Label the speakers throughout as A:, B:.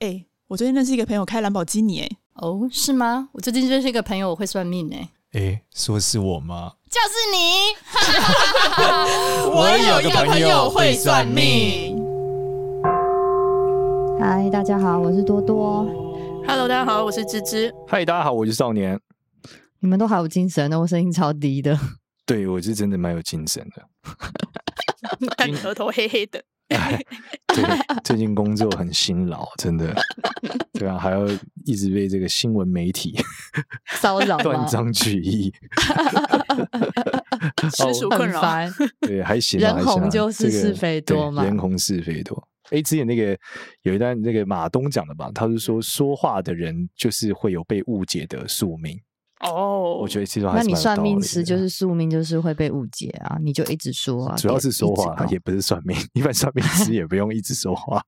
A: 哎、我最近认识一个朋友开兰博基尼、哎，
B: 哦，是吗？我最近认识一个朋友，我会算命哎、
C: 诶，说是我吗？
B: 就是你。
C: 我有个朋友会算命。
D: 嗨，大家好，我是多多。
E: Hello，大家好，我是芝 芝。
C: 嗨，大家好，我是少年。
D: 你们都好有精神哦，我声音超低的。
C: 对我是真的蛮有精神的。
E: 但你额头黑黑的，
C: 这个 最近工作很辛劳，真的。对啊，还要一直被这个新闻媒 体
D: 骚扰
C: 断
D: 吗？
C: 章取义。
E: 实属困
D: 很
E: 扰。
D: 烦。
C: 对，还行啊。
D: 人
C: 还行啊
D: 红就是
C: 这个
D: 是非多
C: 对
D: 嘛
C: 人红是非多。诶，之前那个有一段那个马东讲的吧，他是说说话的人就是会有被误解的宿命。
E: 哦，
C: 我觉得其实还
D: 那
C: 是
D: 你
C: 蛮有
D: 算
C: 道
D: 命
C: 理
D: 师
C: 的
D: 就是宿命，就是会被误解啊，你就一直说啊。
C: 主要是说
D: 一直
C: 话啦，
D: 搞
C: 也不是算命。 一般算命师也不用一直说话。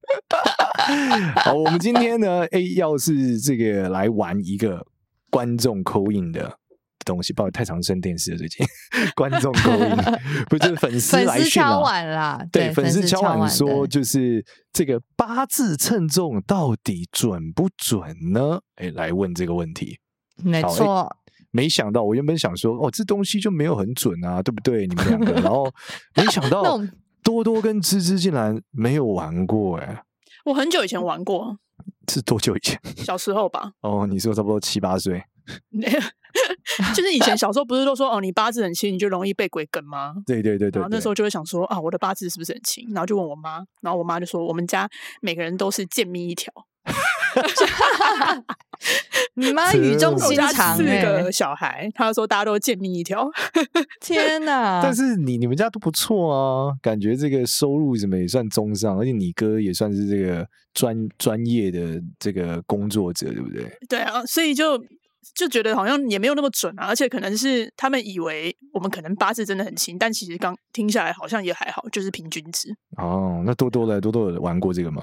C: 好，我们今天呢，哎，要是这个来玩一个观众扣印的东西，不好意思，太常生电视了，最近 观众扣印不就是粉丝
D: 粉
C: 来
D: 丝
C: 讯
D: 敲
C: 啊？
D: 碗啦，
C: 对，粉丝
D: 敲
C: 敲碗说，
D: 对
C: 就是这个八字称重到底准不准呢？哎，来问这个问题。
D: 没
C: 好哎
D: 错，
C: 没想到，我原本想说，哦，这东西就没有很准啊，对不对？你们两个，然后 没想
D: 那
C: 到
D: 我们
C: 多多跟芝芝竟然没有玩过、欸，哎，
E: 我很久以前玩过，
C: 是多久以前？
E: 小时候吧，
C: 哦，你说差不多七八岁，
E: 就是以 前小时候不是都说哦，你八字很轻，你就容易被鬼梗吗？
C: 对对对对
E: 然后那时
C: 候
E: 候就会想说啊，我的八字是不是很轻？然后就问我妈，然后我妈就说我们家每个人都是贱命一条，
D: 你妈
C: 这
D: 语重
C: 我
E: 我
D: 心
E: 家
D: 长
E: 四
D: 哎、
E: 个小孩，她说大家都是贱命一条，
D: 天哪！
C: 但是你你们家都不错啊，感觉这个收入什么也算中上，而且你哥也算是这个专专业的这个工作者，对不对？
E: 对啊，所以就就觉得好像也没有那么准啊，而且可能是他们以为我们可能八字真的很轻，但其实刚听下来好像也还好，就是平均值。
C: 哦，那多多嘞，多多有玩过这个吗？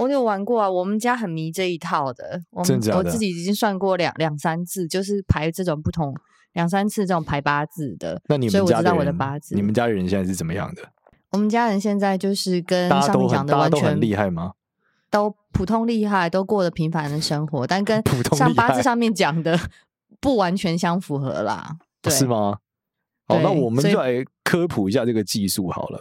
D: 我有玩过啊，我们家很迷这一套的。我
C: 真
D: 们
C: 假
D: 我
C: 的
D: 自己已经算过两两三次，就是排这种不同两三次这种排八字的。
C: 那你
D: 所以
C: 们
D: 我
C: 家
D: 知
C: 的
D: 道我的
C: 人
D: 八字。
C: 你们家的人现在是怎么样的？
D: 我们家人现在就是跟
C: 大家
D: 上
C: 都
D: 面
C: 很
D: 讲的
C: 大家
D: 完
C: 都很
D: 全
C: 厉害吗？
D: 都普通厉害，都过得平凡的生活，但跟
C: 普通
D: 上
C: 厉
D: 八
C: 害哦
D: 字上面讲的 不完全相符合啦。对，
C: 是？吗？好，那
D: 对
C: 我们
D: 所以
C: 就来科普一下这个技术好了。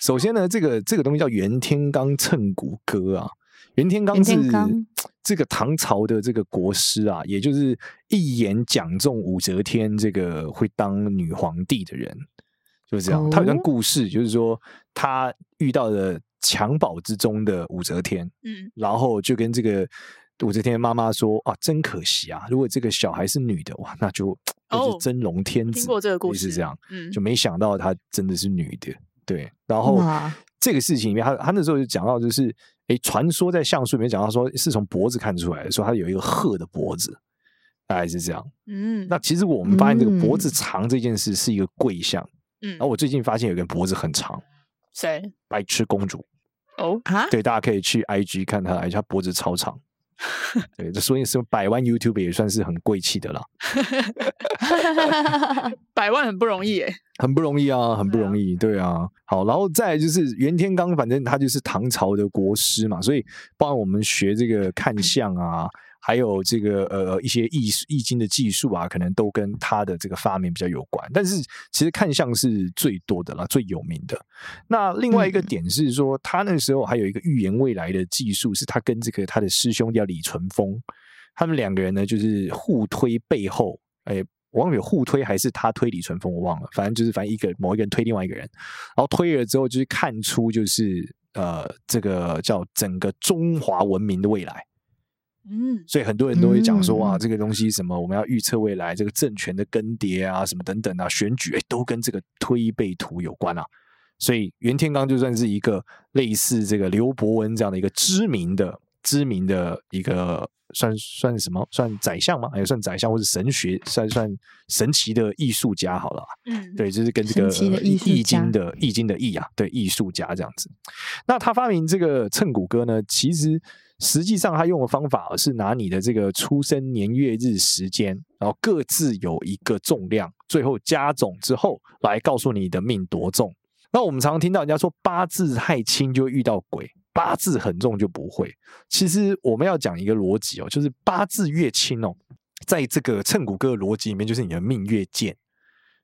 C: 首先呢，这个这个东西叫袁天罡称骨歌啊。袁天罡
D: 袁
C: 是
D: 天罡
C: 这个唐朝的这个国师啊，也就是一眼讲中武则天这个会当女皇帝的人，就是这样。他有一段
D: 哦
C: 故事，就是说他遇到了襁褓之中的武则天，
E: 嗯，
C: 然后就跟这个武则天的妈妈说：“啊，真可惜啊！如果这个小孩是女的，哇，那就就是
E: 哦
C: 真龙天子。
E: 听过这个故
C: 类似
E: 事，
C: 这样，
E: 嗯，
C: 就没想到她真的是女的。对，然后
D: 哇
C: 这个事情里面，他他那时候就讲到，就是诶，传说在相术里面讲到说，是从脖子看出来的，说她有一个鹤的脖子，大概是这样。
E: 嗯，
C: 那其实我们发现这个脖
D: 嗯
C: 子长这件事是一个贵相，
E: 嗯
C: 然后我最近发现有个人脖子很长，
E: 谁？
C: 白痴公主。
E: 哦，
D: 啊！
C: 对，大家可以去 IG 看他，而且他脖子超长。对，这所以是百万 YouTube 也算是很贵气的啦，
E: 百万很不容易诶。
C: 很不容易啊，很不
E: 对啊
C: 容易，对啊。好，然后再来就是袁天罡，反正他就是唐朝的国师嘛，所以包含我们学这个看相啊，还有这个呃一些易易经的技术啊，可能都跟他的这个发明比较有关。但是其实看相是最多的啦，最有名的。那另外一个
D: 嗯
C: 点是说，他那时候还有一个预言未来的技术，是他跟这个他的师兄叫李淳风，他们两个人呢就是互推背后，哎、我忘了有互推还是他推李淳风，我忘了，反正就是反正一个某一个人推另外一个人，然后推了之后就是看出就是呃这个叫整个中华文明的未来。
E: 嗯，
C: 所以很多人都会讲说、
D: 嗯
C: 啊，这个东西什么我们要预测未来这个政权的更迭啊，什么等等啊，选举、哎都跟这个推背图有关啊。所以袁天罡就算是一个类似这个刘伯温这样的一个知名的、知名的一个算算什么？算宰相吗？也算宰相，或是神学，算算神奇的艺术家好了啊。
E: 嗯，
C: 对，就是跟这个
D: 神奇的
C: 呃
D: 艺
C: 易
D: 术
C: 易经
D: 家
C: 的易经的易啊，对，艺术家这样子。那他发明这个称骨歌呢，其实实际上他用的方法是拿你的这个出生年月日时间，然后各自有一个重量，最后加总之后来告诉你的命多重。那我们常常听到人家说八字太轻就会遇到鬼，八字很重就不会。其实我们要讲一个逻辑哦，就是八字越轻哦，在这个称骨歌的逻辑里面，就是你的命越贱，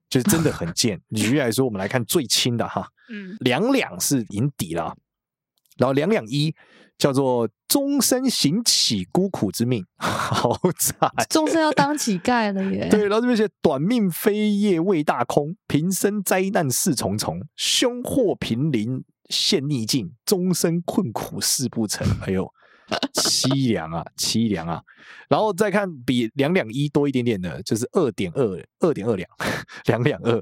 C: 就是真的很贱。举例来说，我们来看最轻的哈，
E: 嗯，
C: 两两是银底啦，然后两两一叫做终身行乞孤苦之命， 好惨。
D: 终身要当乞丐了耶！
C: 对，然后这边写短命飞叶未大空，平生灾难事重重，凶祸濒临现逆境，终身困苦事不成。哎呦，凄凉啊，凄凉啊！然后再看比两两一多一点点的，就是二点二二点二两 两两二，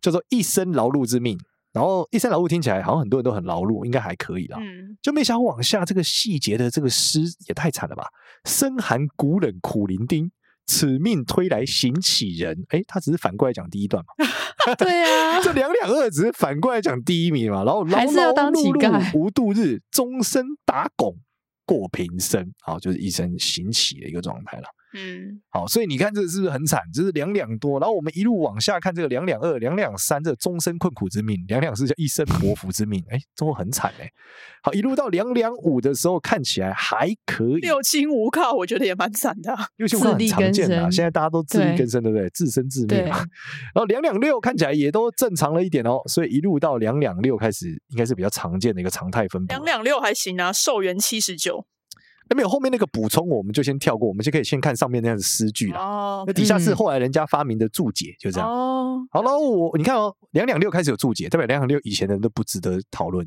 C: 叫做一生劳碌之命。然后一生劳碌听起来好像很多人都很劳碌，应该还可以啦。
E: 嗯，
C: 就没想到往下这个细节的这个诗也太惨了吧！深寒骨冷苦伶仃，此命推来行乞人。哎，他只是反过来讲第一段 嘛，
D: 对啊，
C: 这两两二只是反过来讲第一名嘛。然后劳
D: 还是要
C: 劳
D: 当乞
C: 碌
D: 丐
C: 碌无度日，终身打拱过平生。好，就是一生行乞的一个状态了。
E: 嗯，
C: 好，所以你看这是不是很惨？就是两两多，然后我们一路往下看这个两两二、两两三，这终身困苦之命；两两四叫一生薄福之命，哎，这么很惨哎、好，一路到两两五的时候，看起来还可以，
E: 六亲无靠，我觉得也蛮惨的啊。
C: 因为现在
D: 自
C: 很
D: 力
C: 常
D: 更
C: 见的、啊，
D: 生
C: 现在大家都自力
D: 对
C: 更生，对不对？自生自灭
D: 对
C: 嘛。然后两两六看起来也都正常了一点哦，所以一路到两两六开始，应该是比较常见的一个常态分布了。
E: 两两六还行啊，寿元七十九
C: 那没有后面那个补充，我们就先跳过，我们就可以先看上面那样的诗句了。
E: 哦
C: 那底下是
D: 嗯
C: 后来人家发明的注解，就这样。
E: 哦，
C: 好了，我你看哦，两两六开始有注解，代表两两六以前的人都不值得讨论。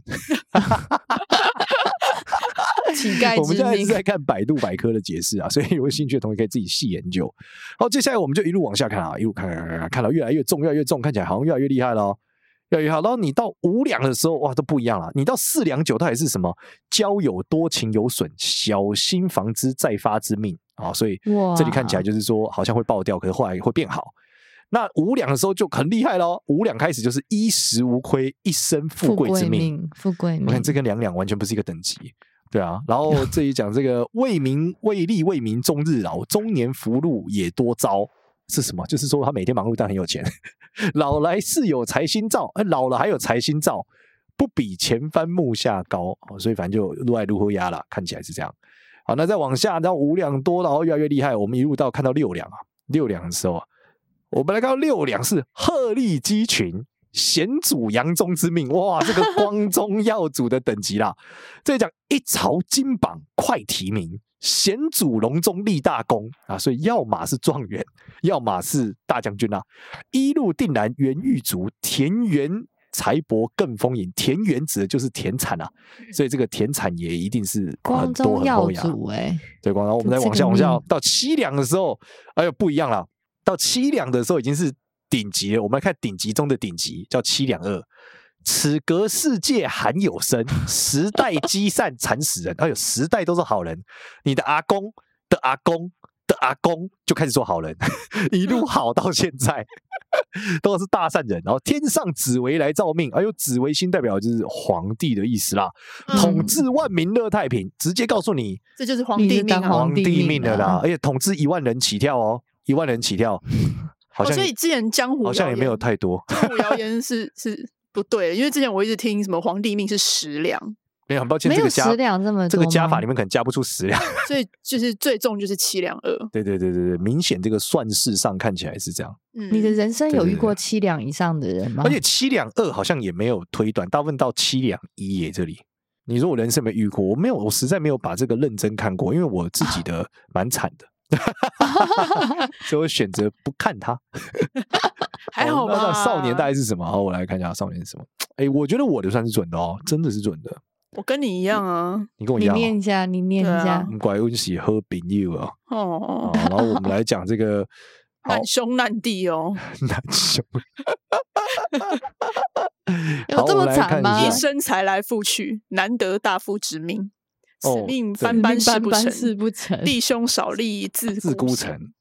D: 乞丐
C: 我们
D: 之
C: 现在是
D: 命。
C: 在看百度百科的解释啊，所以有兴趣的同学可以自己细研究。好，接下来我们就一路往下看啊，一路看看看看看，看到越来越重，越来越重，看起来好像越来越厉害了哦。越来越好，然后你到五两的时候，哇，都不一样了。你到四两九，它也是什么交友多情有损，小心防之再发之命啊。所以
D: 哇
C: 这里看起来就是说好像会爆掉，可是后来会变好。那五两的时候就很厉害喽，五两开始就是衣食无亏，一生富贵之命。，
D: 富贵命。
C: 我看这跟两两完全不是一个等级，对啊。然后这里讲这个为民为利为民终日劳，中年福禄也多遭。是什么？就是说他每天忙碌但很有钱，老来是有财星照，哎，老了还有财星照，不比前番木下高，哦所以反正就路爱路后压了，看起来是这样。好，那再往下到五两多，然后越来越厉害，我们一路到看到六两啊，六两的时候啊，我们来看到六两是鹤立鸡群，险阻杨宗之命，哇，这 个光宗耀祖的等级啦。这里讲一朝金榜快提名，险阻隆中立大功啊，所以要么是状元，要么是大将军啦、一路定然原玉足，田园财帛更丰盈。田园指的就是田产啊，所以这个田产也一定是很
D: 嗯
C: 多
D: 光宗
C: 很
D: 耀
C: 厚呀。
D: 祖哎，
C: 对，然后我们再
D: 这
C: 往
D: 个嗯
C: 下往下
D: 命
C: 到七两的时候，哎呦不一样了。到七两的时候已经是顶级了。我们来看顶级中的顶级，叫七两二。此隔世界罕有生，时代积善惨死人。哎呦，时代都是好人，你的阿公的阿公的阿公就开始做好人，一
D: 嗯
C: 路好到现在都是大善人。然后天上紫薇来照命，哎呦，紫薇星代表就是皇帝的意思啦，
E: 嗯
C: 统治万民乐太平，直接告诉你
E: 这就是皇
D: 你
E: 帝
D: 是
E: 命
D: 当
E: 啊！
D: 皇
C: 皇
D: 帝
C: 帝
D: 命
C: 命的啦
D: 啊，
C: 而且统治一万人起跳哦，一万人起跳，好
E: 哦
C: 像
E: 所以之前江湖
C: 好像也
E: 谣
C: 没有
E: 言
C: 太多，
E: 江湖谣 言是是不对的，因为之前我一直听什么皇帝命是十两，
C: 没有很抱歉，
D: 没
C: 这
D: 有
C: 个加
D: 十两这么多吗
C: 这个加法你们可能加不出十两，
E: 所以就是最重就是七两二。
C: 对对对对对，明显这个算式上看起来是这样，
E: 嗯，
D: 你的人生有
C: 对
D: 遇
C: 对
D: 过七两以上的人
E: 啊
D: 吗？
C: 而且七两二好像也没有推断，大部分到七两一耶这里。你说我人生没遇过，我没有，我实在没有把这个认真看过，因为我自己的蛮惨 的， 所以我选择不看它。
E: 还好
C: 哦那那
E: 吧？
C: 少年大概是什么？好，我来看一下少年是什么。哎，我觉得我的算是准的哦，真的是准的。
E: 我跟你一样啊。
C: 你跟我一
D: 你
C: 样、哦，嗯
D: 念一下，你念一
E: 对
D: 下
E: 啊
C: 我，们拐温喜喝饼友啊。哦
E: 哦，
C: 然后我们来讲这个 好
E: 难兄难弟哦，
C: 难兄，好
D: 有这
C: 我
D: 么
C: 来看
D: 惨
C: 一
D: 吗
C: 下
E: 一？生才来覆去，难得大夫之命，
C: 哦
E: 此命
C: 对
E: 翻班事不
D: 般事
E: 成，
D: 不成，
E: 弟兄少利自
C: 自孤
E: 孤
C: 城。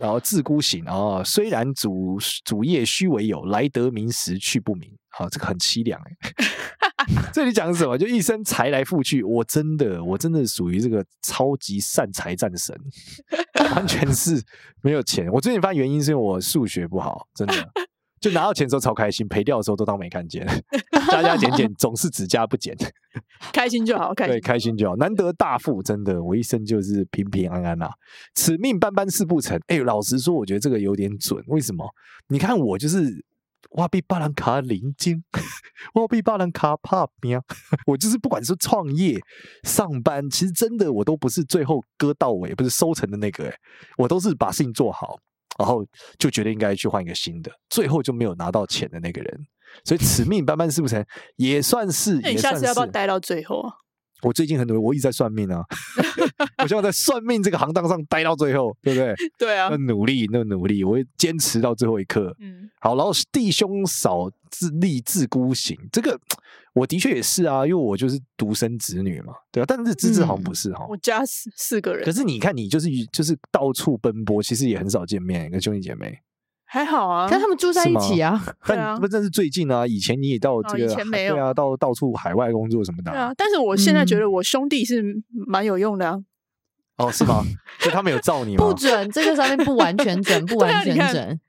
C: 然后自孤醒啊、哦，虽然主主业虚为有，来得名时去不明。好、这个很凄凉哎。 这里讲什么？就一生财来富去，我真的，我真的属于这个超级善财战神，完全是没有钱。我最近发现原因是因为我数学不好，真的。就拿到钱的时候超开心，赔掉的时候都当没看见， 加加减减总是只加不减，
E: 开心就好，开
C: 对，
E: 心。
C: 开心就好，难得大富，真的，我一生就是平平安安啦、此命半般事不成。哎，老实说，我觉得这个有点准，为什么？你看我就是。哇比巴兰卡零金，哇比巴兰卡怕喵， 我就是不管是创业、上班，其实真的我都不是最后割到尾，不是收成的那个、欸，我都是把事情做好，然后就觉得应该去换一个新的，最后就没有拿到钱的那个人，所以此命半般事不成，也算是，
E: 那你
C: 也
E: 下
C: 算
E: 次
C: 是。
E: 要不要待到最后啊？
C: 我最近很努力，我一直在算命啊， 我希望在算命这个行当上待到最后，对不对？
E: 对啊
C: 那，努力，那努力，我会坚持到最后一刻。
E: 嗯，
C: 好，然后弟兄嫂自立自孤行，这个我的确也是啊，因为我就是独生子女嘛，对啊。但是芝芝好像不是哈、
E: 嗯我家四四个
C: 可
E: 人，
C: 是你看你就是就是到处奔波，其实也很少见面，跟兄弟姐妹。
E: 还好啊。
D: 但他们住在一起啊，
E: 对
C: 但
E: 啊
C: 不正是最近啊，以前你也到
E: 哦
C: 这
E: 以
C: 个海、
E: 前没有
C: 对啊，到到处海外工作什么的
E: 对
C: 啊、
E: 啊，但是我现在觉
D: 嗯
E: 得我兄弟是蛮有用的啊。
C: 哦，是吗？所以他们有照你吗？
D: 不准，这个上面不完 全准，不
E: 对啊
D: 完全
E: 你看
D: 准。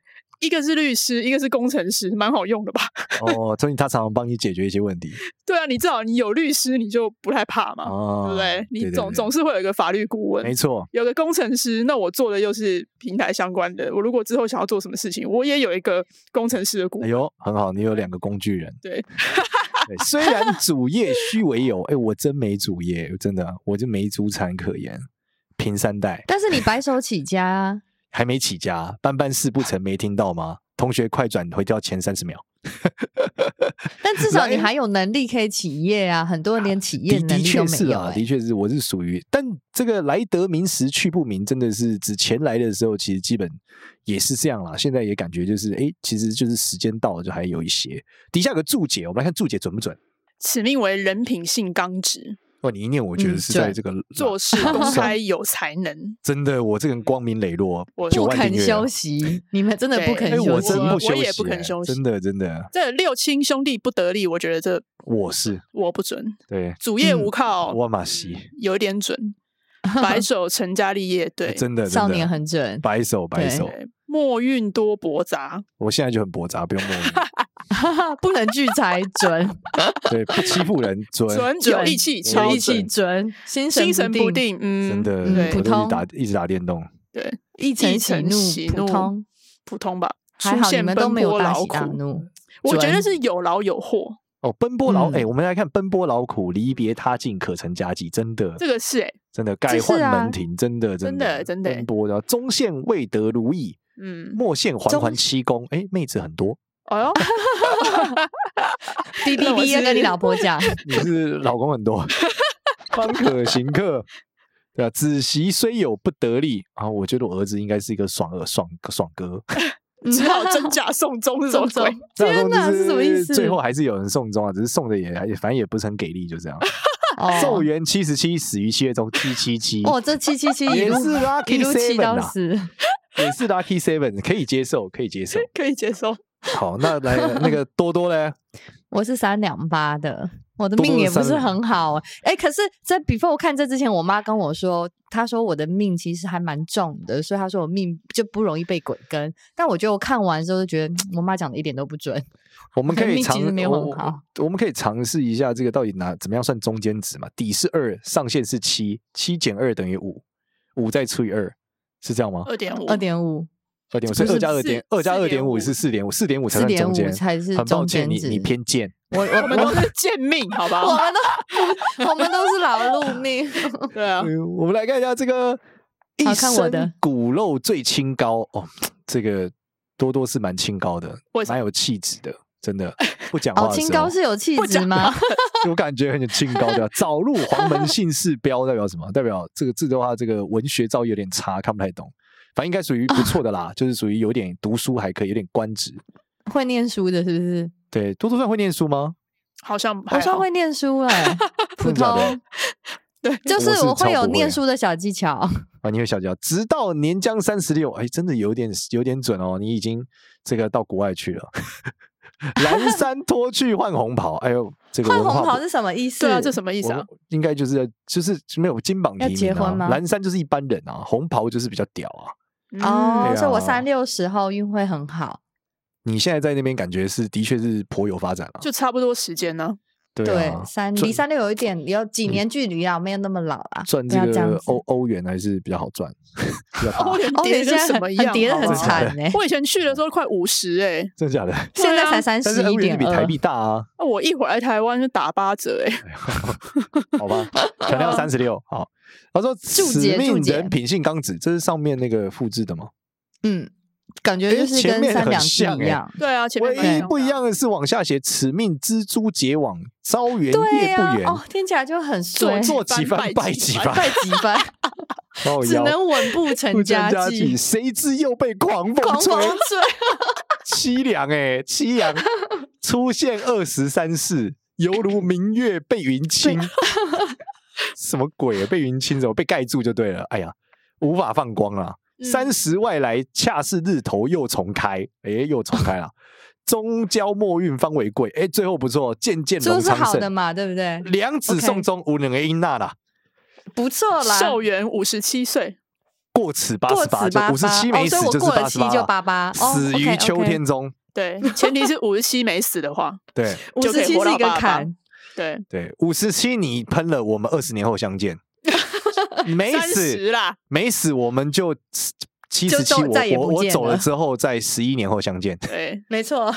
E: 一个是律师，一个是工程师，蛮好用的吧？
C: 哦，所以他常常帮你解决一些问题。
E: 对啊，你至少你有律师，你就不太怕嘛，
C: 哦，
E: 啊对不对？你总
C: 对
E: 总是会有一个法律顾问
C: 没，错，
E: 有个工程师。那我做的又是平台相关的，我如果之后想要做什么事情，我也有一个工程师的顾
C: 哎
E: 问。
C: 呦，很好，你有两个工具人。
E: 对
C: 对，虽然主业虚为有，哎，我真没主业，真的，我就没祖产可言，贫三代，
D: 但是你白手起家啊，
C: 还没起家，办办事不成，没听到吗？同学，快转回到前三十秒。
D: 但至少你
C: 来
D: 还有能力可以起业啊。很多人连起业
C: 的
D: 能
C: 的
D: 力都
C: 确
D: 没
C: 是
D: 有、
C: 啊，
D: 欸。
C: 的确是，我是属于，但这个来得名时去不明，真的是指前来的时候，其实基本也是这样啦。现在也感觉就是，哎，其实就是时间到了，就还有一些。底下有个注解，我们来看注解准不准？
E: 此命为人品性刚直，
C: 哦，你一念，我觉得
D: 嗯
C: 是在
D: 对
C: 这个
E: 做 事公
C: 啊
E: 开有才能。
C: 真的，我这个人光明磊落
E: 我，
C: 九
D: 不
C: 万
D: 肯
C: 订阅
D: 休
C: 了。
D: 息，你们真的不肯
C: 哎，
D: 休
C: 我
D: 息
C: 真。不
E: 我
C: 休息欸，
E: 也不肯休息
C: 真的真的，
E: 这六亲兄弟不得力，我觉得这
C: 我是
E: 我不准。
C: 对，
E: 主业
D: 嗯
E: 无靠，
C: 我马西，
E: 有一点准。白手成家立业，对，
C: 真的
D: 少
C: 真的
D: 年很准，
C: 白手白
D: 对
C: 手，
E: 对莫运多驳杂，
C: 我现在就很驳杂，不 用默念
D: 不能聚 财准，
C: 对，不欺负 人尊，
E: 准有
D: 准
E: 义气，
C: 有
E: 有
D: 超
E: 义
D: 级
E: 气，
D: 准，心
E: 心神不
D: 不
E: 定，
D: 定，
E: 嗯，
C: 真的，
D: 嗯
C: 我
E: 对
D: 普
C: 都
D: 通
C: 是打一直打电动，
E: 对，
D: 一
E: 一
D: 晨
E: 诚喜
D: 喜怒，
E: 怒
D: 普通。
E: 普通吧。
D: 还
E: 出
D: 好你
E: 现
D: 们都
E: 奔
D: 没有
E: 波
D: 大
E: 劳
D: 喜大
E: 苦
D: 怒，
E: 我觉得
D: 准
E: 是有劳有获，
C: 哦，奔波劳，
D: 嗯
C: 哎、我们来看奔波劳苦，离别他境可成家计，真的，
E: 这个是哎，
C: 真的
D: 这
C: 改
D: 是
C: 换
D: 啊
C: 门庭，真的，
E: 真
C: 的
E: 的真的
C: 奔波的，中线未得如意，
E: 嗯，
C: 末线环
D: 中
C: 环七公，哎、妹子很多，
E: 哎 呦，
D: 哔哔
E: 我
D: 哔要
E: 是
D: 跟你老婆 讲，
C: 你是老公很多，方可行客。对啊，子媳虽有不得力啊，我觉得我儿子应该是一个爽儿、爽爽哥。
E: 只好真假送 终是什么
D: 中
E: 鬼？
D: 天
C: 哪，
D: 哪
C: 就是
D: 什么意思
C: 最后还是有人送终啊，只是送的也也反正也不是很给力，就这样。寿
D: 哦
C: 元七十七，死于七月中，七七七。
D: 哦，这七七七一
C: 也
D: 路
C: 是 lucky
D: 一路气
C: seven 啊
D: 到
C: 啦，
D: 死，
C: 也是 lucky seven，可以接受，可以接 受。
E: 可以接受，
C: 好，那来那个多多嘞，
D: 我是三两八的，我的
C: 多多
D: 命也
C: 是
D: 不是
C: 328
D: 很好哎、诶可是，在 before 我看这之前，我妈跟我说，她说我的命其实还蛮重的，所以她说我命就不容易被鬼跟。但我觉得我看完之后就觉得，嗯我妈讲的一点都不准。
C: 我们可以
D: 命
C: 尝
D: 其实没有
C: 我
D: 很
C: 我
D: 好
C: 我们可以尝试一下这个到底哪怎么样算中间值嘛？底是二，上限是七，七减二等于五，五再除以二是这样吗？
E: 二点五，
D: 二点五，
C: 二点五，所以
D: 不
C: 二
D: 是
C: 加二点二加二点五
E: 4.5
C: 是四点五，四点五才
D: 四
C: 算
D: 点
C: 中
D: 五
C: 间。
D: 才是
C: 很抱
D: 中
C: 歉，
D: 间
C: 你
D: 值。
C: 你偏见。
D: 我我
E: 我们都是贱命，好
D: 我
E: 吧？
D: 们都 我们都是劳碌 命。
E: 对啊，
C: 嗯我们来看一下这个一
D: 好看我
C: 身
D: 的
C: 骨肉最清高哦，这个多多是蛮清高的
E: 为，什么
C: 蛮有气质的，真 的不讲话
D: 哦，
C: 的时候。
D: 清高是有气
E: 不
D: 质
E: 讲
D: 吗？
C: 我感觉很有清高 的。早入黄门姓氏标代表什么？代表这个字的话，这个文学造诣有点差，看不太懂。反正应该属于不错的啦， 就是属于有点读书还可以，有点官职。
D: 会念书的，是不是？
C: 对，多多算会念书吗？
E: 好像
D: 我
E: 还
D: 算
E: 好
D: 会念 书哎、普
C: 真的假的
D: 通，
E: 对，
D: 就是
C: 我是
D: 我
C: 超
D: 会有
C: 不会
D: 念书的小技巧。
C: 啊，你会小脚，直到年将三十六，哎，真的有点有点准哦，你已经这个到国外去了。 蓝衫脱去换红袍，哎呦，这个
D: 换
C: 文化
D: 红
C: 不
D: 袍是什么意思？
E: 对啊，这什么意思啊
C: 我？应该就是在就是没有金榜题
D: 要
C: 名、啊、
D: 结婚吗
C: 蓝衫就是一般人啊，红袍就是比较屌啊。
E: 嗯
D: 哦，
C: 对啊
D: 所以我三六时候运会很好。
C: 你现在在那边感觉是的确是颇有发展了、
E: 就差不多时间呢、
C: 对
D: 对
C: 啊，，
D: 三
C: 赚
D: 离三六有一点有几年距离啊，没有那么老啦。
C: 赚
D: 不要
C: 这
D: 这样
C: 个
D: 子
C: 欧欧元还是比较好赚， 比较大
E: 欧，元
D: 欧
E: 跌的
D: 元
E: 跟
D: 现在
E: 什
D: 很
E: 么一
D: 很
E: 样，
D: 跌得
E: 好不
D: 很
E: 好
D: 惨欸
E: 我以前去的时候快五十哎，
C: 真的假的？
D: 现在才三
C: 但是
D: 十一
C: 欧元
D: 点
C: 比台
D: 二，
C: 币大啊，
E: 那我一回来台湾就打八折哎、
C: 好吧，可能要三十六。好，他说
D: 注
C: 此
D: 解注
C: 命
D: 解
C: 人品性刚直，这是上面那个复制的吗？
D: 嗯，感觉
C: 诶
D: 就是
C: 前
D: 跟
C: 面
D: 三
C: 很
D: 两次
C: 像
D: 一
C: 欸
D: 样。
E: 对啊，前面蛮
C: 唯一
E: 像
C: 不
E: 的
C: 一
E: 啊
C: 样的是往下写：“此命蜘蛛结网，朝元夜
D: 对呀
C: 不远。，
D: 哦，听起来就很
E: 做
D: 衰，
C: 做
E: 几
C: 几
E: 番
C: 番
E: 败
C: 败
E: 几
C: 几
E: 番
C: 番，
D: 败几番，
C: 哦
D: 只
C: 腰
D: 能稳 步
C: 不
D: 成
C: 成家
D: 计
C: 计，。谁知又被狂
D: 狂
C: 风吹，
D: 风
E: 对，
C: 凄凉哎，凄凉！出现二十三世，犹如明月被云侵。什么鬼、啊？被云侵怎么被盖住就对了？哎呀，无法放光啦！
E: 嗯
C: 三十外来，恰是日头又重开，哎，又重开了。终交末运方为贵，哎，最后不错，渐渐
D: 这
C: 龙
D: 是
C: 昌
D: 好的
C: 盛。
D: 嘛，对不对？
C: 两子
D: OK
C: 送终，无能 A 娜啦，
D: 不错啦，
E: 寿元五十七岁，
C: 过此八
D: 过
C: 十八，
D: 此
C: 就
D: 八
C: 五十七
D: 八
C: 没死
D: 哦所以我
C: 就是
D: 过了
C: 八十
D: 七就八八哦
C: 死于
D: OK，OK
C: 秋天中。
E: 对，前提是五十七没死的话，
C: 对
D: 五
E: 就可
D: 十
E: 以
D: 七
E: 活
D: 是
E: 到
D: 一个
E: 88
D: 坎，
E: 对，
C: 对，五十七你喷了，我们二十年后相 见。没
E: 三
C: 死
E: 十，啦，
C: 没死，我们就七
D: 就
C: 十七，
D: 都再也
C: 我我
D: 不
C: 我
D: 见
C: 走了
D: 了
C: 之后，在十一年后相见，
E: 对，
D: 没错。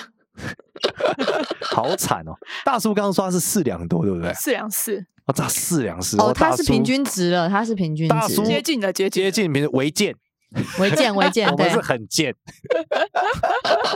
C: 好惨哦！大叔刚刚说他是四两多，对不对？
E: 四两四，
C: 哦，差四两是
D: 哦，
C: 大
D: 他是
C: 叔
D: 平均值了，他是平均
C: 大
D: 值
C: 叔，
E: 接近的接近
C: 接
E: 的，
C: 近平均为贱，
D: 违建违建
C: 我们
D: 对
C: 是。很贱。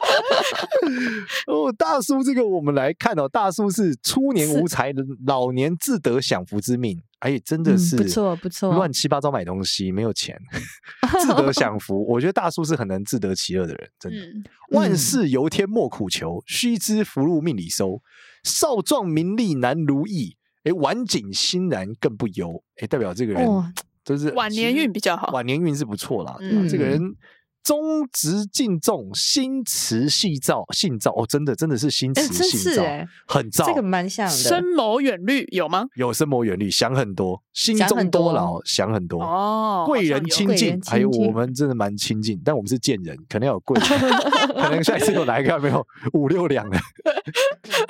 C: 哦，大叔，这个我们来看哦，大叔是初年无才，老年自得享福之命。哎，真的
D: 嗯
C: 是、
D: 不错不错
C: 乱七八糟买东西，没有钱， 自得享福。我觉得大叔是很能自得其乐的人，真的。
E: 嗯，
C: 万
D: 嗯
C: 事由天莫苦求，须知福禄命里收。少壮名利难如意，哎，晚景欣然更不忧。哎，代表这个人
D: 哇
C: 就是
E: 晚年
C: 其实
E: 运比较好
C: 晚年运是不错啦。对吧这个
D: 嗯
C: 人忠直敬重，心慈细造，信造哦，真的真的是心慈
D: 哎，真
C: 信
D: 是
C: 造，
D: 哎，
C: 很造
D: 这。个蛮像
E: 深
D: 的。
E: 谋远虑有吗？
C: 有深谋远虑，想很多，心
D: 想
C: 中
D: 很
C: 多
D: 多
C: 劳，想很多。
E: 哦，
C: 贵
E: 好像
C: 人
E: 有
C: 亲
D: 贵
C: 近
D: 人，
C: 还有
D: 亲
C: 我
D: 近
C: 们真的蛮亲近，但我们是贱人，可能要有贵 人，可能下一次有来个没有五六两的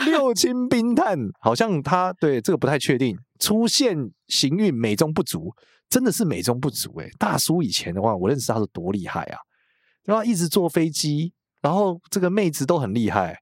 C: 六亲冰炭，好像他对这个不太确定，出现行运美中不足，真的是美中不足哎、大叔以前的话，我认识他是多厉害啊，然后一直坐飞机，然后这个妹子都很厉害，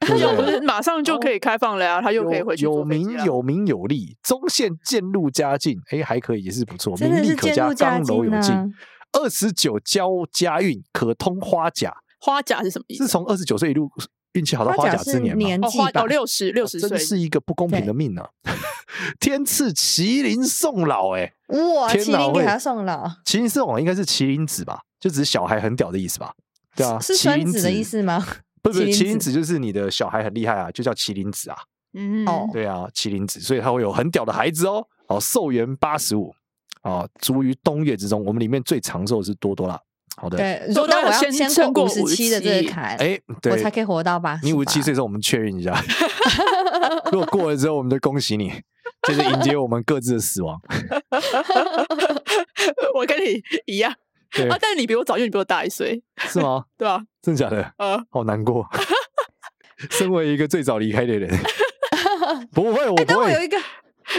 C: 对
E: 那
C: 不
E: 就不
C: 对
E: 是马上就可以开放了呀，他又可以回去
C: 哦有有
E: 坐飞机啊
C: 名
E: 了
C: 有名有利，中线渐入佳境，哎，还可以，也是不错，
D: 真
C: 名
D: 的
C: 利
D: 是
C: 可
D: 渐
C: 嘉，
D: 入佳
C: 刚柔
D: 境
C: 有
D: 啊
C: 劲。二十九交佳运，可通花甲，
E: 花甲是什么意
C: 是
E: 思？
C: 从二十九岁一路运气好到
D: 花
C: 花
D: 甲
C: 甲之
D: 是
C: 年嘛？
D: 年
E: 哦，
D: 纪
E: 花
D: 吧
E: 哦，，六十六十
C: 真的
E: 岁
C: 是一个不公平的命啊！ 天赐麒麟送老、哎，
D: 哇，
C: 天
D: 麒
C: 哪
D: 麟给
C: 会
D: 他送了，
C: 麒麟送老应该是麒麟子吧？就只是小孩很屌的意思吧？对啊，
D: 是
C: 麒
D: 栓
C: 麟
D: 子的意思吗？
C: 不是不是，
D: 麒麟
C: 麒麟
D: 子
C: 子就是你的小孩很厉害啊，就叫麒麟子啊。
E: 嗯
D: 哦
C: 对啊，麒麟子，所以他会有很屌的孩子哦。哦，寿元八十五，哦，卒于冬月之中。我们里面最长寿的是多多啦。好的，
D: 对，
E: 多
D: 如但
E: 多要
D: 我要
E: 先
D: 先
E: 撑
D: 过
E: 过
D: 五十七的这个坎，
C: 哎，对，
D: 我才可以活到吧？
C: 你五十七岁的时候，我们确认一下。 如果过了之后，我们就恭喜你，就是迎接我们各自的死亡。
E: 我跟你一样
C: 对
E: 啊，，但是你比我早，因为你比我大一岁，
C: 是 吗？
E: 对吧？
C: 真的假的？
E: 呃，
C: 好难过。 身为一个最早离开 的人，不会，我不
D: 哎，但我
C: 会，
D: 有一个，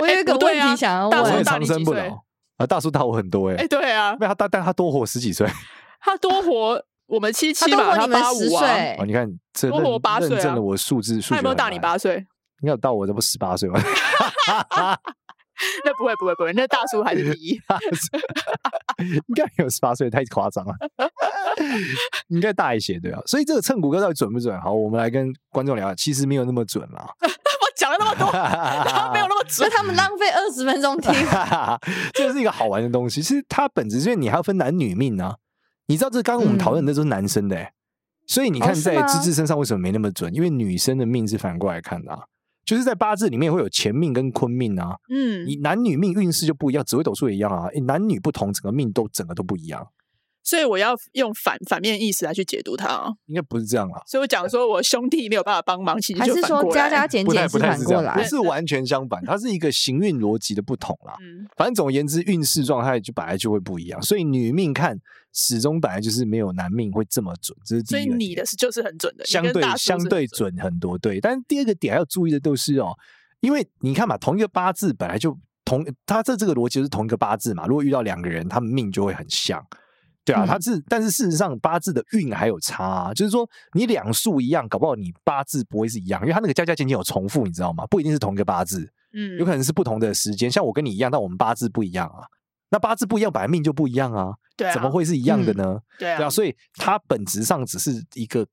D: 我
E: 哎
D: 有一个
E: 不对
D: 问
E: 啊
D: 题想要
E: 大
C: 我
E: 叔
C: 也
D: 问，
E: 大
C: 长
E: 你
C: 生
E: 几
C: 不
E: 岁
C: 老啊！大叔大我很多哎、
E: 哎，对啊
C: 没，有他，但但他多活十几岁。
E: 他多活我们七
D: 他
E: 七
D: 都
E: 嘛，
D: 活
E: 他
D: 你们
E: 八
D: 十
E: 五啊，
D: 岁
C: 哦，，你看这
E: 多
C: 认
E: 活八岁
C: 认证
E: 啊
C: 了我数字数
E: 他
C: 学
E: 有没有
C: 很
E: 大你
C: 烂
E: 八岁？
C: 应该有到我这不十八岁吧？
E: 那不会不会不会，那大叔还是第一。
C: 应该没有十八岁，太夸张了， 应该大一些对啊。所以这个称骨歌到底准不准？好，我们来跟观众聊啊，其实没有那么准啦，
E: 我讲了那么 多， 他没有那么
D: 那
E: 准。
D: 他们浪费二十分钟听，
C: 这是一个好玩的东西。其实它本质，因为你还要分男女命啊。你知道，这刚刚我们
E: 嗯
C: 讨论的都是男生的、欸，所以你看
D: 哦是
C: 在
D: 吗
C: 芝芝身上为什么没那么准？因为女生的命是反过来看的、啊，就是在八字里面会有前命跟坤命啊。
E: 嗯
C: 你，男女命运势就不一样，紫微斗数也一样啊，诶男女不同，整个命都整个都不一样。
E: 所以我要用反反面意思来去解读它啊。
C: 应该不是这样啦，
E: 所以我讲说我兄弟没有办法帮忙，其实
D: 还
E: 就是反
D: 说
E: 过
D: 加
E: 来
D: 加减
C: 不太
D: 减
C: 不太
D: 反
C: 是这
D: 过
C: 样，不
D: 来？
C: 是完全相反，它是一个行运逻辑的不同啦。
E: 嗯，
C: 反正总而言之，运势状态就本来就会不一样，所以女命看始终本来就是没有男命会这么准，这是第
E: 所
C: 一
E: 以
C: 个
E: 你
C: 点
E: 的是就是很准的，你
C: 相
E: 跟
C: 对
E: 大叔
C: 相
E: 是很
C: 对准很多，对。但是第二个点要注意的都是哦，因为你看嘛，同一个八字本来就同，它这这个逻辑就是同一个八字嘛。如果遇到两个人，他们命就会很像，对啊。
D: 嗯
C: 它是，但是事实上八字的运还有差、啊，就是说你两数一样，搞不好你八字不会是一样，因为它那个加加减减有重复，你知道吗？不一定是同一个八字，
E: 嗯，
C: 有可能是不同的时间。像我跟你一样，但我们八字不一样啊。那八字不一样，本来命就不一样啊，
E: 对啊，
C: 怎么会是一样的
D: 嗯
C: 呢？
E: 对
C: 对
E: 啊
C: 啊，？所以它本质上只是一个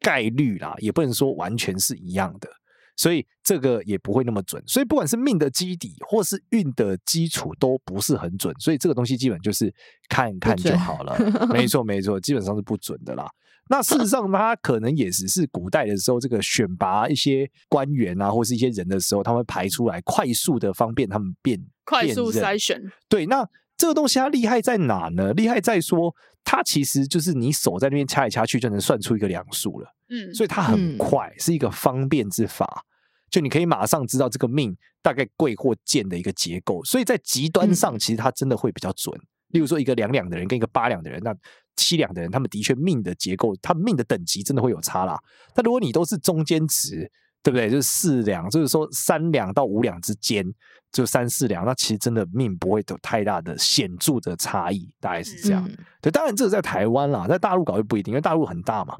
C: 概率啦，也不能说完全是一样的，所以这个也不会那么准。所以不管是命的基底或是运的基础，都不是很准。所以这个东西基本就是看一看就
D: 准
C: 好了。没错，没错，基本上是不准的啦。那事实上，它可能也只是古代的时候，这个选拔一些官员啊，或是一些人的时候，他们排出来，快速的方便他们辨
E: 快
C: 辨
E: 速
C: 认
E: 筛选，
C: 对，那这个东西它厉害在哪呢？厉害在说，它其实就是你手在那边掐来掐去就能算出一个两数了，
E: 嗯，
C: 所以它很
D: 嗯
C: 快，是一个方便之法。就你可以马上知道这个命大概贵或贱的一个结构，所以在极端上，其实它真的会比较准。例如说，一个两两的人跟一个八两的人，那七两的人，他们的确命的结构，他们命的等级真的会有差啦。但如果你都是中间值，对不对？就是四两，就是说三两到五两之间，就三四两，那其实真的命不会有太大的显著的差异，大概是这样。
D: 嗯
C: 对，当然这个在台湾啦，在大陆搞就不一定，因为大陆很大嘛，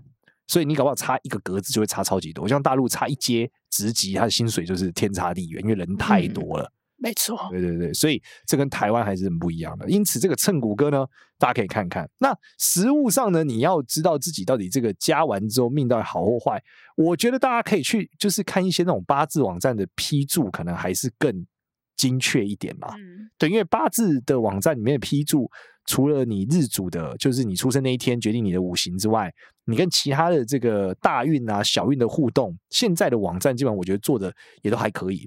C: 所以你搞不好差一个格子就会差超级多。像大陆差一阶职级，他的薪水就是天差地远，因为人太
D: 嗯
C: 多了。
E: 没错，
C: 对对对，所以这跟台湾还是很不一样的。因此，这个称骨歌呢，大家可以看看。那实物上呢，你要知道自己到底这个加完之后命到底好或坏，我觉得大家可以去就是看一些那种八字网站的批注，可能还是更精确一点嘛。
E: 嗯，
C: 对，因为八字的网站里面的批注，除了你日主的，就是你出生那一天决定你的五行之外，你跟其他的这个大运啊、小运的互动，现在的网站基本上我觉得做的也都还可以，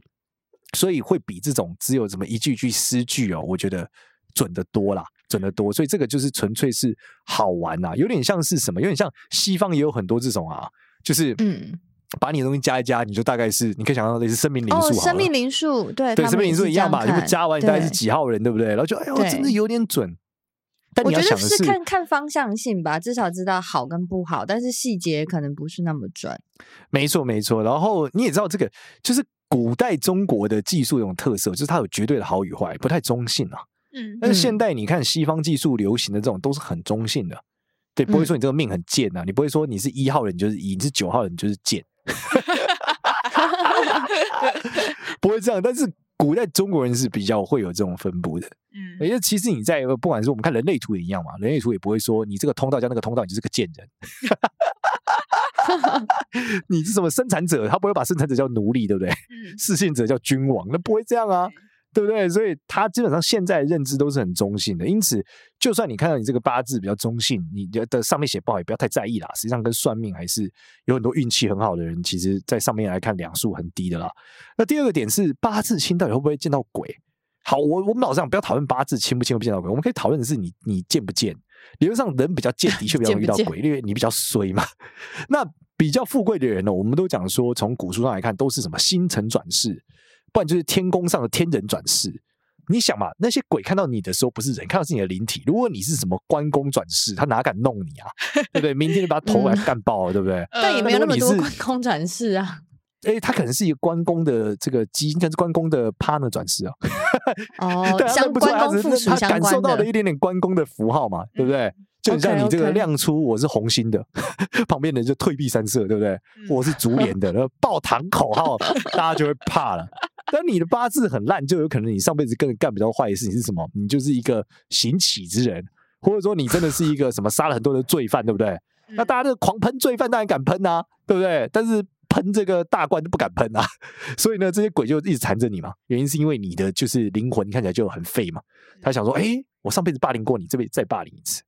C: 所以会比这种只有什么一句句诗句哦，我觉得准的多啦，准的多。所以这个就是纯粹是好玩呐、有点像是什么，有点像西方也有很多这种啊，就是
D: 嗯，
C: 把你的东西加一加，你就大概是你可以想象类似生命灵数好
D: 哦，
C: 了、
D: 生命灵数，对
C: 对，
D: 他
C: 身
D: 们
C: 边
D: 也
C: 人数
D: 是
C: 一
D: 这
C: 样嘛，就
D: 看
C: 加完大概是
D: 对
C: 几号人，对不对？然后就哎呦，
D: 对
C: 真的有点准。但
D: 我
C: 你要
D: 觉得
C: 想的
D: 是看看方向性吧，至少知道好跟不好，但是细节可能不是那么准。
C: 没错没错。然后你也知道这个，就是古代中国的技术有种特色，就是它有绝对的好与坏，不太中性啊。
E: 嗯，
C: 但是现
D: 嗯
C: 代你看西方技术流行的这种都是很中性的，对，不会
D: 嗯
C: 说你这个命很贱啊，你不会说你是一号人你就是一，你是九号人你就是 贱， 不会这样。但是古代中国人是比较会有这种分布的。因
E: 嗯，
C: 为其实你在呃不管是我们看人类图也一样嘛，人类图也不会说你这个通道加那个通道，你就是个贱人。 你是什么生产者？他不会把生产者叫奴隶，对 不对？
E: 嗯
C: 视信者叫君王，那不会这样啊，对不对？所以他基本上现在的认知都是很中性的，因此就算你看到你这个八字比较中性，你的的上面写不好也不要太在意啦。实际上跟算命还是有很多运气很好的人，其实在上面来看两数很低的啦。那第二个点是八字轻到底会不会见到鬼？好，我我们老实讲，不要讨论八字轻不轻不见到鬼，我们可以讨论的是你你见不见。理论上人比较贱，的确比较容
D: 见
C: 易遇
D: 不
C: 到
D: 见
C: 鬼，因为你比较衰嘛。 那比较富贵的人呢，我们都讲说，从古书上来看，都是什么星辰转世，不然就是天宫上的天人转世。你想嘛，那些鬼看到你的时候，不是人，看到是你的灵体。如果你是什么关公转世，他哪敢弄你 啊？对不对？明天就把他头
D: 嗯
C: 来干爆了，对不对？
E: 呃
D: 但也没有那么
C: 如
D: 多
C: 果你
D: 关
C: 呃是
D: 公转世 啊，
C: 诶，他可能是一个关公的这个基因，应该是关公的 partner 转世啊。
D: 哦
C: 对，啊，那
D: 相
C: 不错
D: 关公
C: 他只
D: 附
C: 是
D: 属
C: 他
D: 相
C: 感受
D: 关
C: 到了
D: 的
C: 一。点点关公的符号嘛，对不对？就很像你这个
D: OK，OK
C: 亮出我是红心的， 旁边的人就退避三舍，对不对？
E: 嗯
C: 我是竹联的，然后爆堂口号，大家就会怕了。但你的八字很烂，就有可能你上辈子跟人干比较坏的事情是什么？你就是一个行乞之人，或者说你真的是一个什么杀了很多人的罪犯，对不对？那大家就狂喷罪犯，当然敢喷啊，对不对？但是喷这个大官就不敢喷啊， 所以呢，这些鬼就一直缠着你嘛。原因是因为你的就是灵魂看起来就很废嘛，他想说，哎，我上辈子霸凌过你，这辈子再霸凌一次。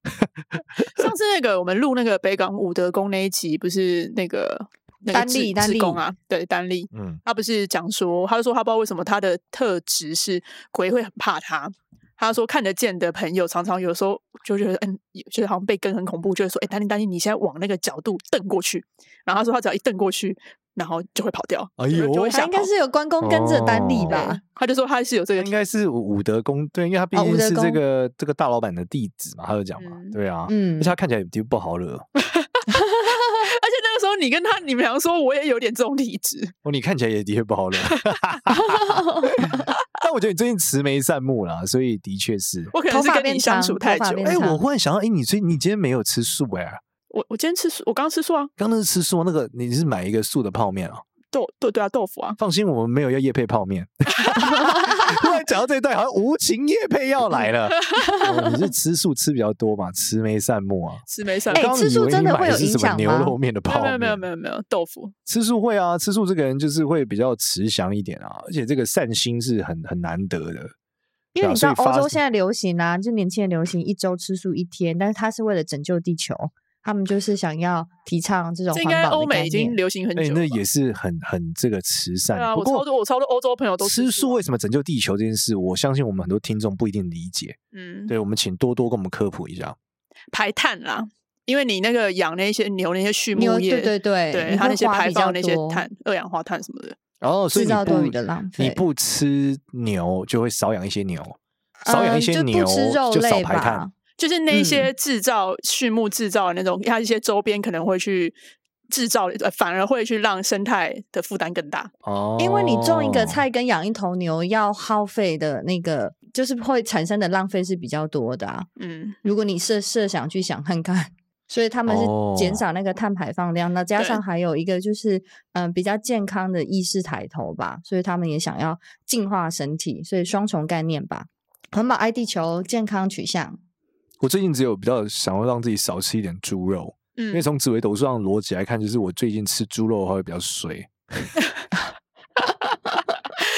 E: 上次那个我们录那个北港武德宫那一集，不是那个那个
D: 丹
E: 志
D: 立丹
E: 志
D: 立
E: 工啊，对，丹立，
C: 嗯，
E: 他不是讲说，他就说他不知道为什么他的特质是鬼会很怕他，他说看得见的朋友，常常有时候就觉得，嗯，觉得好像被跟很恐怖，就会说，哎、丹尼丹尼，你现在往那个角度瞪过去。然后他说他只要一瞪过去，然后就会跑掉，
C: 哎
E: 就会就
C: 呦
E: 会
D: 他
E: 吓
D: 应该
E: 跑。
D: 是有关公跟着丹尼吧
C: 哦？
E: 他就说他是有这个
C: 应该是武德公，对，因为他毕
D: 哦
C: 竟
D: 武德
C: 是这
D: 公
C: 个这个大老板的弟子嘛，他就讲嘛，
E: 嗯
C: 对啊，
D: 嗯
C: 而且，他看起来也不好惹，
E: 而且那个时候你跟他，你们俩说我也有点这种体质，
C: 哦，你看起来也的确不好 惹，但我觉得你最近慈眉善目啦，所以的确 是。
E: 我可能
D: 头
E: 是
D: 发
E: 跟
D: 变
E: 你相
D: 长
E: 处
D: 头
E: 太
D: 发
E: 久
D: 变
E: 了。
C: 哎，
E: 哎，
D: 长
C: 我忽然想到，哎，你最你今天没有吃素哎、
E: 我我今天吃素，我刚吃素啊，
C: 刚刚那是吃素，那个你是买一个素的泡面啊？
E: 豆豆对啊，豆腐啊，
C: 放心，我们没有要夜配泡面。 突然讲到这一段，好像无情夜配要来 了。哦你是吃素吃比较多嘛？慈眉善目啊。
E: 吃 没事。
C: 我
D: 哎
C: 刚刚
D: 吃素
C: 以为
D: 真的
C: 你买
D: 会有
C: 是
D: 影
C: 什么
D: 响
C: 牛
D: 吗
C: 肉面的泡
E: 没有
C: 面，
E: 没有没有没有没有豆腐，
C: 吃素会啊，吃素这个人就是会比较慈祥一点啊，而且这个善心是很很难得的。
D: 因
C: 啊
D: 为你知道欧洲现
C: 在
D: 在流行啊，就年轻人流行一周吃素一天，但是他是为了拯救地球，他们就是想要提倡这种
E: 这
D: 环
E: 应该
D: 保
E: 欧
D: 的概
E: 美已经
D: 念。
E: 流行很久
C: 哎、
E: 了吧。
C: 那也是很很这个慈善。
E: 对啊，
C: 不
E: 我
C: 过
E: 超多我超多欧洲朋友都
C: 吃
E: 素
C: 素
E: 啊，
C: 为什么拯救地球这件事，我相信我们很多听众不一定理解。
E: 嗯，
C: 对我们请多多跟我们科普一下。
E: 排碳啦，因为你那个养那些牛那些畜
D: 牛
E: 牧业，
D: 对对对你
E: 它
D: 会
E: 那些
D: 花
E: 排
D: 比较
E: 放那些
D: 多
E: 碳、二氧化碳什么的，
C: 然后所以你
D: 制造多
C: 不
D: 余的浪
C: 你
D: 费
C: 不吃牛就会少养一些牛，少养一
D: 嗯
C: 些
D: 就
C: 牛
D: 不吃肉
C: 就少
D: 类
C: 排碳
D: 吧。。
E: 就是那一
D: 嗯
E: 些制造、畜牧制造的那种，它一些周边可能会去制造，呃反而会去让生态的负担更大。
C: 哦，
D: 因为你种一个菜跟养一头牛要耗费的那个，就是会产生的浪费是比较多的啊。
E: 嗯，
D: 如果你设设想去想看看，所以他们是减
C: 哦
D: 少那个碳排放量，那、加
E: 对
D: 上还有一个就是嗯、比较健康的意识抬头吧，所以他们也想要净化身体，所以双重概念吧，环保爱地球，健康取向。
C: 我最近只有比较想要让自己少吃一点猪肉，因为
E: 嗯，
C: 从紫微斗数上的逻辑来看，就是我最近吃猪肉的话会比较衰。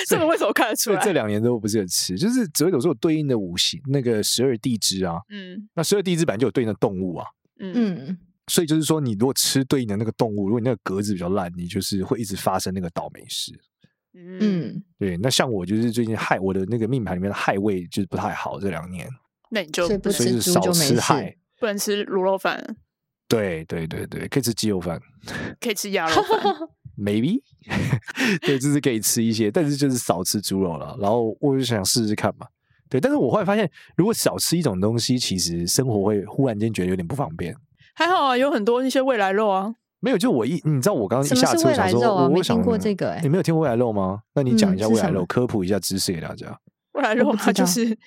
E: 这个为什么看得出
C: 所以
E: 来？
C: 这两年都不是很吃，就是紫微斗数有对应的五行那个十二地支啊，
E: 嗯
C: 那十二地支本来就有对应的动物啊，
E: 嗯
D: 嗯，
C: 所以就是说你如果吃对应的那个动物，如果你那个格子比较烂，你就是会一直发生那个倒霉事。
E: 嗯，
D: 嗯，
C: 对，那像我就是最近害我的那个命盘里面的害位就是不太好，这两年，
E: 那你就
D: 所以不
E: 不
C: 所
E: 能
C: 以就是
D: 吃猪
C: 少
D: 就没
C: 吃
D: 事
C: 害。
E: 不能吃卤肉饭，
C: 对对对对，可以吃鸡肉饭
E: 可以吃鸭肉 饭。
C: ，maybe，对，就是可以吃一些，但是就是少吃猪肉了。然后我就想试试看嘛，对，但是我后来发现，如果少吃一种东西，其实生活会忽然间觉得有点不方便。
E: 还好啊，有很多那些未来肉啊，
C: 没有，就我一你知道我刚刚嗯一
D: 什么
C: 下
D: 是
C: 车
D: 未
C: 想
D: 来
C: 说，
D: 肉啊
C: 我
D: 没
C: 我
D: 听
C: 想嗯
D: 过这个欸
C: 你没有听过未来肉吗？那你讲一
D: 嗯
C: 下
D: 是
C: 未来
D: 什
C: 肉，
D: 么
C: 科普一下知识给大家。
E: 未来
D: 我
E: 肉
D: 不
E: 它
D: 知
E: 就
D: 道
E: 是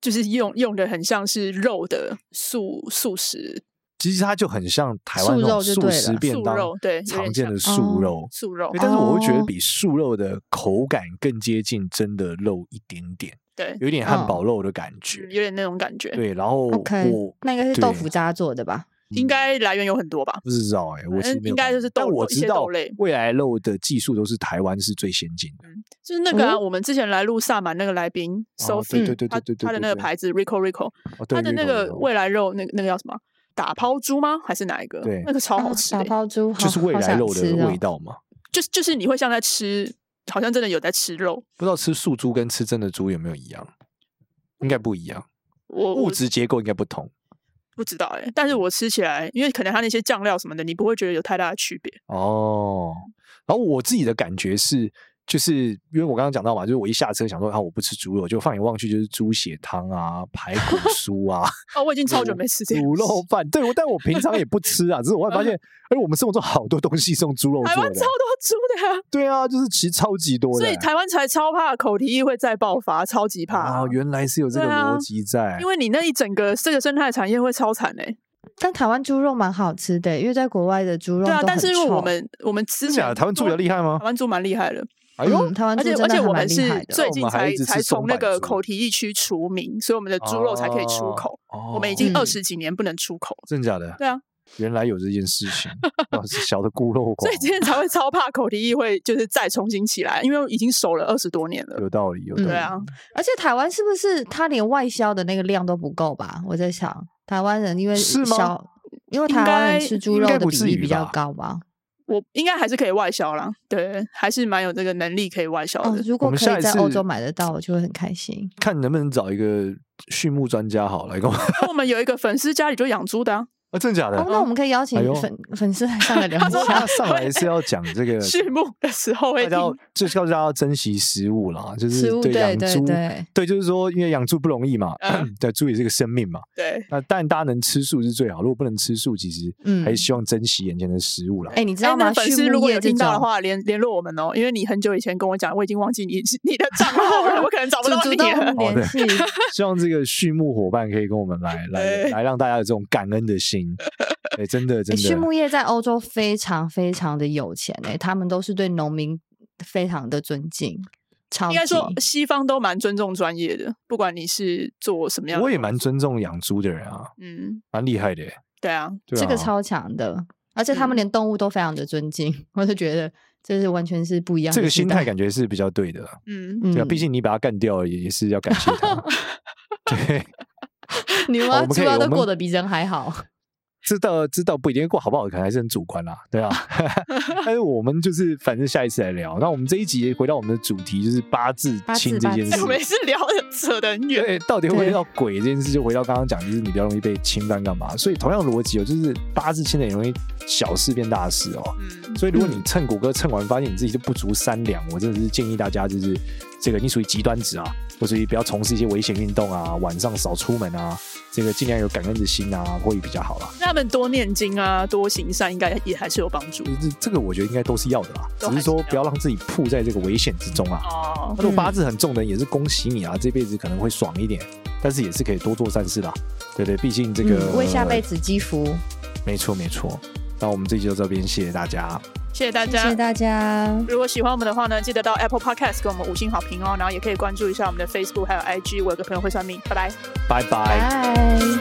E: 就是用用的很像是肉的素素食
C: 其实它就很像台湾
D: 素
C: 那种
D: 肉就
C: 素
D: 对
C: 食
D: 了
C: 便
E: 素
C: 当
E: 肉对有
C: 常
E: 点
C: 见的
D: 像
C: 素
D: 哦
C: 肉，
E: 素肉嗯
C: 对，，但是我会觉得
D: 哦
C: 比素肉的口感更接近真的肉一点点，
E: 对，
C: 有一点汉
D: 嗯
C: 堡肉的感
E: 嗯
C: 觉。
E: 有点那种感觉。
C: 对，然后
D: OK，
C: 我
D: 那应该是
C: 对
D: 豆腐渣做的吧？
C: 嗯
E: 应该来源有很多吧？
C: 不知道哎，我
E: 反
C: 其
E: 正
C: 实没有
E: 嗯应该
C: 看
E: 就是
C: 但
E: 豆
C: 我
E: 一
C: 知
E: 些
C: 道
E: 豆类
C: 未来肉的技术都是台湾是最先进的。
E: 就是那个啊，
D: 哦
E: 我们之前来录萨满那个来宾
C: 哦对
E: Sophie，
C: 对对
E: 他
C: 对对对，
E: 他的那个
C: 对，
E: 牌子 Rico Rico，
C: 哦对
E: 他的
C: 对
E: 那
C: 对
E: 个
C: 对
E: 未来肉，那个那个叫什么？打抛猪吗？还是哪一个？
C: 对
E: 那个超好
D: 啊
E: 吃
D: 打
E: 的，
D: 包猪
C: 就是
D: 好
C: 未
D: 好
C: 来
D: 想
C: 肉
D: 吃
C: 的
D: 哦
C: 味道嘛。
E: 就是就是你会像在吃，好像真的有在吃肉。
C: 不知道吃素猪跟吃真的猪有没有一样？应该不一样，
E: 我
C: 物
E: 我
C: 质嗯结构应该不同
E: 不知道哎，但是我吃起来，因为可能它那些酱料什么的，你不会觉得有太大的区别。
C: 哦。然后我自己的感觉是，就是因为我刚刚讲到嘛，就是我一下车想说啊，我不吃猪肉，就放眼望去就是猪血汤啊、排骨酥啊、
E: 哦，我已经超久没吃 这个嗯
C: 卤肉饭。对，我但我平常也不吃啊，只是我会发现，哎，我们生活中好多东西是用猪肉
E: 台
C: 做
E: 湾超
C: 的。
E: 多猪的啊，
C: 对啊，就是其实超级多的
E: 所
C: 欸。
E: 以台湾才超怕口蹄疫会再爆发，超级怕啊
C: 啊，，原来是有这个
E: 对啊
C: 逻辑在
E: 因。为你那一整个这个生态产业会超惨哎。
D: 但台湾猪肉蛮好吃的，欸因为在国外的猪肉
E: 对啊，
D: 都
E: 但
D: 很
E: 是因为我
D: 臭
E: 们我们之
C: 真假
E: 前
C: 的？台湾猪比较厉害吗
E: 台？湾猪蛮厉害的，
C: 哎呦，
D: 嗯台湾
E: 而
D: 猪
E: 且
D: 真
E: 而
D: 的
E: 且
D: 还
E: 我
D: 蛮
E: 们
D: 厉
E: 是
D: 害的。
E: 最
C: 哦我
E: 近
C: 们还
E: 才
C: 一直
E: 才
C: 吃
E: 从
C: 松
E: 那
C: 板
E: 个
C: 猪
E: 口蹄疫区除名，所以我们的猪肉才可以出口。
C: 哦
E: 我们已经
D: 嗯
E: 二十几年不能出口，
C: 真假的？
E: 对啊，
C: 原来有这件事 情，哇，是小的孤陋寡
E: 所以今
C: 闻，
E: 天才会超怕口蹄疫会就是再重新起来，因为已经守了二十多年了。
C: 有道理，有道理。
E: 对啊，
D: 而且台湾是不是它连外销的那个量都不够吧？我在想，台湾人因为
C: 是吗
D: 销，因为
E: 应
D: 台湾人
E: 该
D: 吃猪
C: 应
D: 肉
C: 该
D: 的
C: 不
D: 比
C: 至
D: 例
C: 于
D: 比较
C: 吧
D: 高吧？
E: 我应该还是可以外销啦，对，还是蛮有这个能力可以外销
D: 哦
E: 的。，
D: 如果
C: 我们
D: 可
C: 下
D: 以
C: 一
D: 在欧
C: 次
D: 洲买得到，我就会很开心。
C: 看能不能找一个畜牧专家好来跟我。
E: 那我们有一个粉丝家里就养猪的、啊，
C: 啊，真的假的？
D: 哦，那我们可以邀请
C: 哎呦
D: 粉、粉丝来上来聊 一
E: 他说
D: 下
C: 他。上来是要讲这个
E: 畜牧的时候会
C: 大家要
E: 听。
C: 就是要大家要珍惜食物啦，就是
D: 食物
C: 对
D: 对
C: 养
D: 对
C: 猪，
D: 对
C: 就是说因为养猪不容易嘛，
E: 嗯
C: 对，猪也是个生命嘛。
E: 对，
C: 那但大家能吃素是最好，如果不能吃素，其实
D: 嗯
C: 还是希望珍惜眼前的食物啦。
D: 哎、你知
E: 哎
D: 道
E: 那
D: 吗？
E: 个粉
D: 畜
E: 丝如
D: 牧
E: 果有
D: 业这
E: 听到的
D: 种，
E: 话，联联络我们哦，因为你很久以前跟我讲，我已经忘记你你的账号了，我可能找不
D: 主
E: 到
D: 主
E: 你
D: 动
E: 了。
C: 哦对
D: 联系，
C: 希望这个畜牧伙伴可以跟我们 来来
E: 哎
C: 来让大家有这种感恩的心。哎，真的真
D: 欸
C: 的，
D: 畜牧业在欧洲非常非常的有钱诶、他们都是对农民非常的尊敬，超级
E: 应该说，西方都蛮尊重专业的，不管你是做什么样的
C: 我也蛮尊重养猪的人啊，
E: 嗯，
C: 蛮厉害的耶。
E: 对啊，
C: 对啊
D: 这个超强的，而且他们
E: 嗯
D: 连动物都非常的尊敬，我就觉得这是完全是不一样的
C: 这个心态
D: 觉。
C: 感觉是比较对的，
E: 嗯，
D: 嗯
C: 对啊，毕竟你把它干掉了也也是要感谢 他。对，
D: 你
C: 哦我
D: 妈
C: 们
D: 猪
C: 可以
D: 啊
C: 我
D: 都
C: 们
D: 过得比人还好，
C: 知道知道不一定过好不好，可能还是很主观啦， 对啊。但是我们就是反正下一次来聊。那我们这一集回到我们的主题，就是八字
D: 八字
C: 亲这件
E: 哎
C: 事
D: 八 字
E: 我。们 也是聊的扯得很远。
C: 对，到底会不会
D: 对
C: 到鬼这件事？就回到刚刚讲，就是你比较容易被侵犯干嘛？所以同样逻辑哦，就是八字亲的也容易小事变大事哦。
E: 嗯，
C: 所以如果你称谷歌称完，发现你自己就不足三两，我真的是建议大家就是这个你属于极端值啊，或属于不要从事一些危险运动啊，晚上少出门啊，这个尽量有感恩的心啊，会比较好啦。
E: 那他们多念经啊，多行善，应该也还是有帮助
C: 这这个我觉得应该都是要的啦，
E: 都
C: 只
E: 还
C: 是
E: 是
C: 说
E: 要
C: 不要让自己扑在这个危险之中啊。
E: 哦。
C: 那如果八字很重的人，也是恭喜你啊，这辈子可能会爽一点，但是也是可以多做善事啦。对对，毕竟这个
D: 嗯为下辈子积福。
C: 没错没错。那我们这期就到这边，谢谢大家。
E: 谢谢大
D: 谢
C: 啊
E: 家，
D: 谢大家，
E: 如果喜欢我们的话呢，记得到 Apple Podcast 给我们五星好评哦，然后也可以关注一下我们的 Facebook 还有 IG。我有个朋友会算命，拜拜。
C: 拜拜
D: 拜。